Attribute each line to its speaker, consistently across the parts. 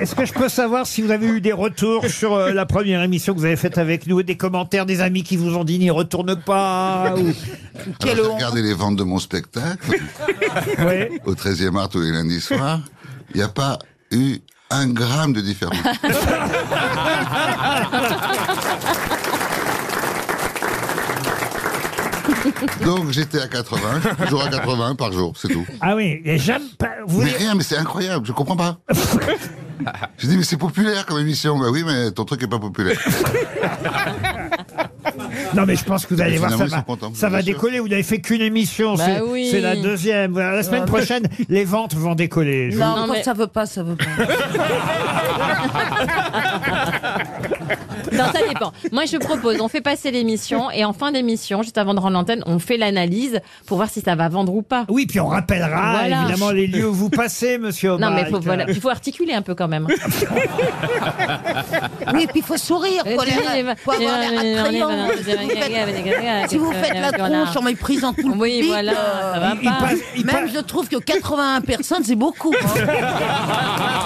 Speaker 1: Est-ce que je peux savoir si vous avez eu des retours sur euh, la première émission que vous avez faite avec nous, des commentaires des amis qui vous ont dit n'y retourne pas ou...
Speaker 2: Alors, j'ai regardé les ventes de mon spectacle
Speaker 1: Ouais.
Speaker 2: au 13e art tous les lundis soirs. Il n'y a pas eu un gramme de différence. Donc j'étais à 80, je suis toujours à 80 par jour, c'est tout.
Speaker 1: Ah oui, et j'aime pas. Vous
Speaker 2: Mais
Speaker 1: voulez-
Speaker 2: rien, mais c'est incroyable, je comprends pas. Je dis mais c'est populaire comme émission. Bah oui, mais ton truc est pas populaire.
Speaker 1: Non, mais je pense que vous allez
Speaker 2: Mais
Speaker 1: voir, ça
Speaker 2: finalement, ils
Speaker 1: va,
Speaker 2: sont contents,
Speaker 1: ça va
Speaker 2: bien sûr.
Speaker 1: décoller. Vous n'avez fait qu'une émission,
Speaker 3: Bah
Speaker 1: c'est
Speaker 3: oui.
Speaker 1: c'est la deuxième. Voilà, La semaine prochaine, les ventes vont décoller. je vous-
Speaker 3: Non,
Speaker 4: Non,
Speaker 3: mais-
Speaker 4: quand ça veut pas, ça veut pas.
Speaker 3: Non, ça dépend. Moi, je propose, on fait passer l'émission et en fin d'émission, juste avant de rendre l'antenne, on fait l'analyse pour voir si ça va vendre ou pas.
Speaker 1: Oui, puis on rappellera
Speaker 3: Voilà.
Speaker 1: évidemment les lieux où vous passez, monsieur
Speaker 3: Non, mais
Speaker 1: Omark.
Speaker 3: faut, voilà, il faut articuler un peu quand même. Ah.
Speaker 4: Oui, puis il faut sourire, faut l'air- faut avoir l'air attrayant. Si vous faites la tronche en méprisant tout le
Speaker 3: Oui,
Speaker 4: public,
Speaker 3: voilà,
Speaker 4: euh,
Speaker 3: ça va
Speaker 1: Il- il
Speaker 3: pas.
Speaker 1: passe- il
Speaker 4: même
Speaker 1: passe-
Speaker 4: je trouve que 81 personnes, c'est beaucoup. hein.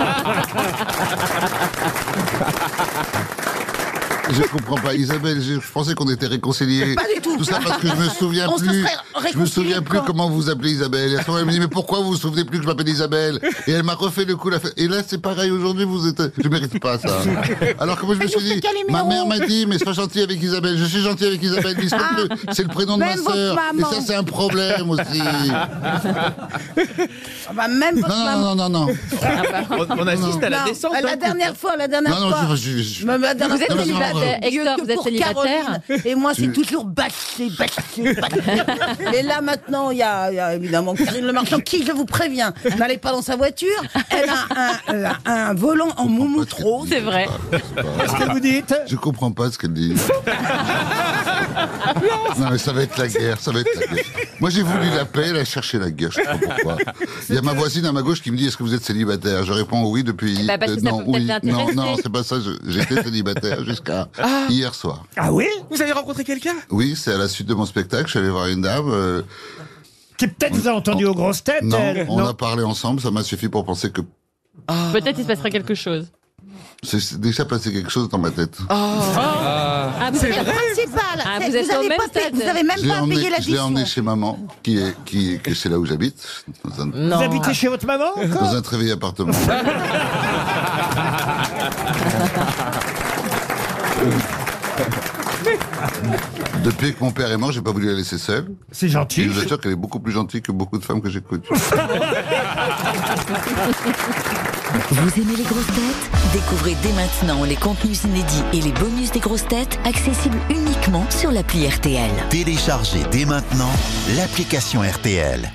Speaker 2: Je comprends pas, Isabelle. Je, je pensais qu'on était réconciliés.
Speaker 4: Pas du tout.
Speaker 2: Tout ça parce que je me souviens
Speaker 4: On se
Speaker 2: plus.
Speaker 4: serait
Speaker 2: Je me
Speaker 4: réconciliés,
Speaker 2: souviens plus
Speaker 4: quoi.
Speaker 2: comment vous appelez Isabelle. Et à ce moment, elle me dit mais pourquoi vous vous souvenez plus que je m'appelle Isabelle Et elle m'a refait le coup. La fa- Et là c'est pareil. Aujourd'hui vous êtes. Je mérite pas ça. Alors que moi je me suis
Speaker 4: vous
Speaker 2: dit.
Speaker 4: faites Calimero.
Speaker 2: Ma mère m'a dit mais sois gentil avec Isabelle. Je suis gentil avec Isabelle. mais sois le- C'est le prénom de ma
Speaker 4: Ah, Même votre
Speaker 2: sœur. Et
Speaker 4: maman.
Speaker 2: ça c'est un problème aussi.
Speaker 4: Ah bah, même votre
Speaker 2: Non
Speaker 4: maman.
Speaker 2: non non non non.
Speaker 5: On, on assiste à la
Speaker 4: Non,
Speaker 5: descente.
Speaker 4: la
Speaker 5: hein.
Speaker 4: dernière fois, la dernière
Speaker 2: Non, non, je-
Speaker 4: fois.
Speaker 2: je- je-
Speaker 4: Mais la dernière
Speaker 3: Vous êtes
Speaker 4: fois, j'ai
Speaker 3: célibataire,
Speaker 4: vendu
Speaker 3: Hector,
Speaker 4: que
Speaker 3: vous êtes
Speaker 4: pour
Speaker 3: célibataire
Speaker 4: Caroline. Et moi, je suis toujours bâchée, bâchée, bâchée. Mais là, maintenant, il y, a il y a évidemment Corinne Le Marchand, qui, je vous préviens, n'allez pas dans sa voiture. Elle a un, un- un volant en moumoutro.
Speaker 3: C'est vrai.
Speaker 1: Qu'est-ce que vous dites
Speaker 2: Je comprends pas ce qu'elle dit. non, mais ça va être la guerre, ça va être la guerre. Moi, j'ai voulu la paix, elle a cherché la guerre, je sais pas pourquoi. Il y a ma voisine à ma gauche qui me dit Est-ce que vous êtes célibataire Je réponds oui depuis. euh,
Speaker 3: Bah, parce que ça
Speaker 2: non,
Speaker 3: peut peut-être
Speaker 2: non,
Speaker 3: l'intéresser.
Speaker 2: non, c'est pas ça. je- J'étais célibataire jusqu'à hier soir.
Speaker 1: Ah oui
Speaker 5: Vous avez rencontré quelqu'un
Speaker 2: Oui, c'est à la suite de mon spectacle. Je suis allé voir une dame. euh,
Speaker 1: Qui peut-être vous a entendu aux grosses têtes
Speaker 2: non,
Speaker 1: elle.
Speaker 2: on
Speaker 1: Non.
Speaker 2: a parlé ensemble. Ça m'a suffi pour penser que
Speaker 3: Peut-être il se passera quelque chose.
Speaker 2: c'est- c'est déjà passé quelque chose dans ma tête.
Speaker 3: Oh. Ah, vous êtes-
Speaker 4: principal.
Speaker 3: Ah,
Speaker 4: c'est-
Speaker 3: vous êtes au même
Speaker 4: pas payé-
Speaker 3: stade.
Speaker 4: vous avez même
Speaker 2: Je l'ai
Speaker 4: pas
Speaker 2: emmené,
Speaker 4: payé
Speaker 2: je l'ai
Speaker 4: l'addition.
Speaker 2: emmené chez maman, qui est, qui, que c'est là où j'habite, dans un-
Speaker 1: Vous
Speaker 3: Non.
Speaker 1: habitez chez votre maman encore
Speaker 2: Dans un très vieil appartement. Depuis que mon père est mort, j'ai pas voulu la laisser seule.
Speaker 1: C'est
Speaker 2: Et
Speaker 1: gentil.
Speaker 2: je vous assure qu'elle est beaucoup plus gentille que beaucoup de femmes que j'ai connues.
Speaker 6: Vous aimez les grosses têtes Découvrez dès maintenant les contenus inédits et les bonus des grosses têtes accessibles uniquement sur l'appli RTL.
Speaker 7: Téléchargez dès maintenant l'application RTL.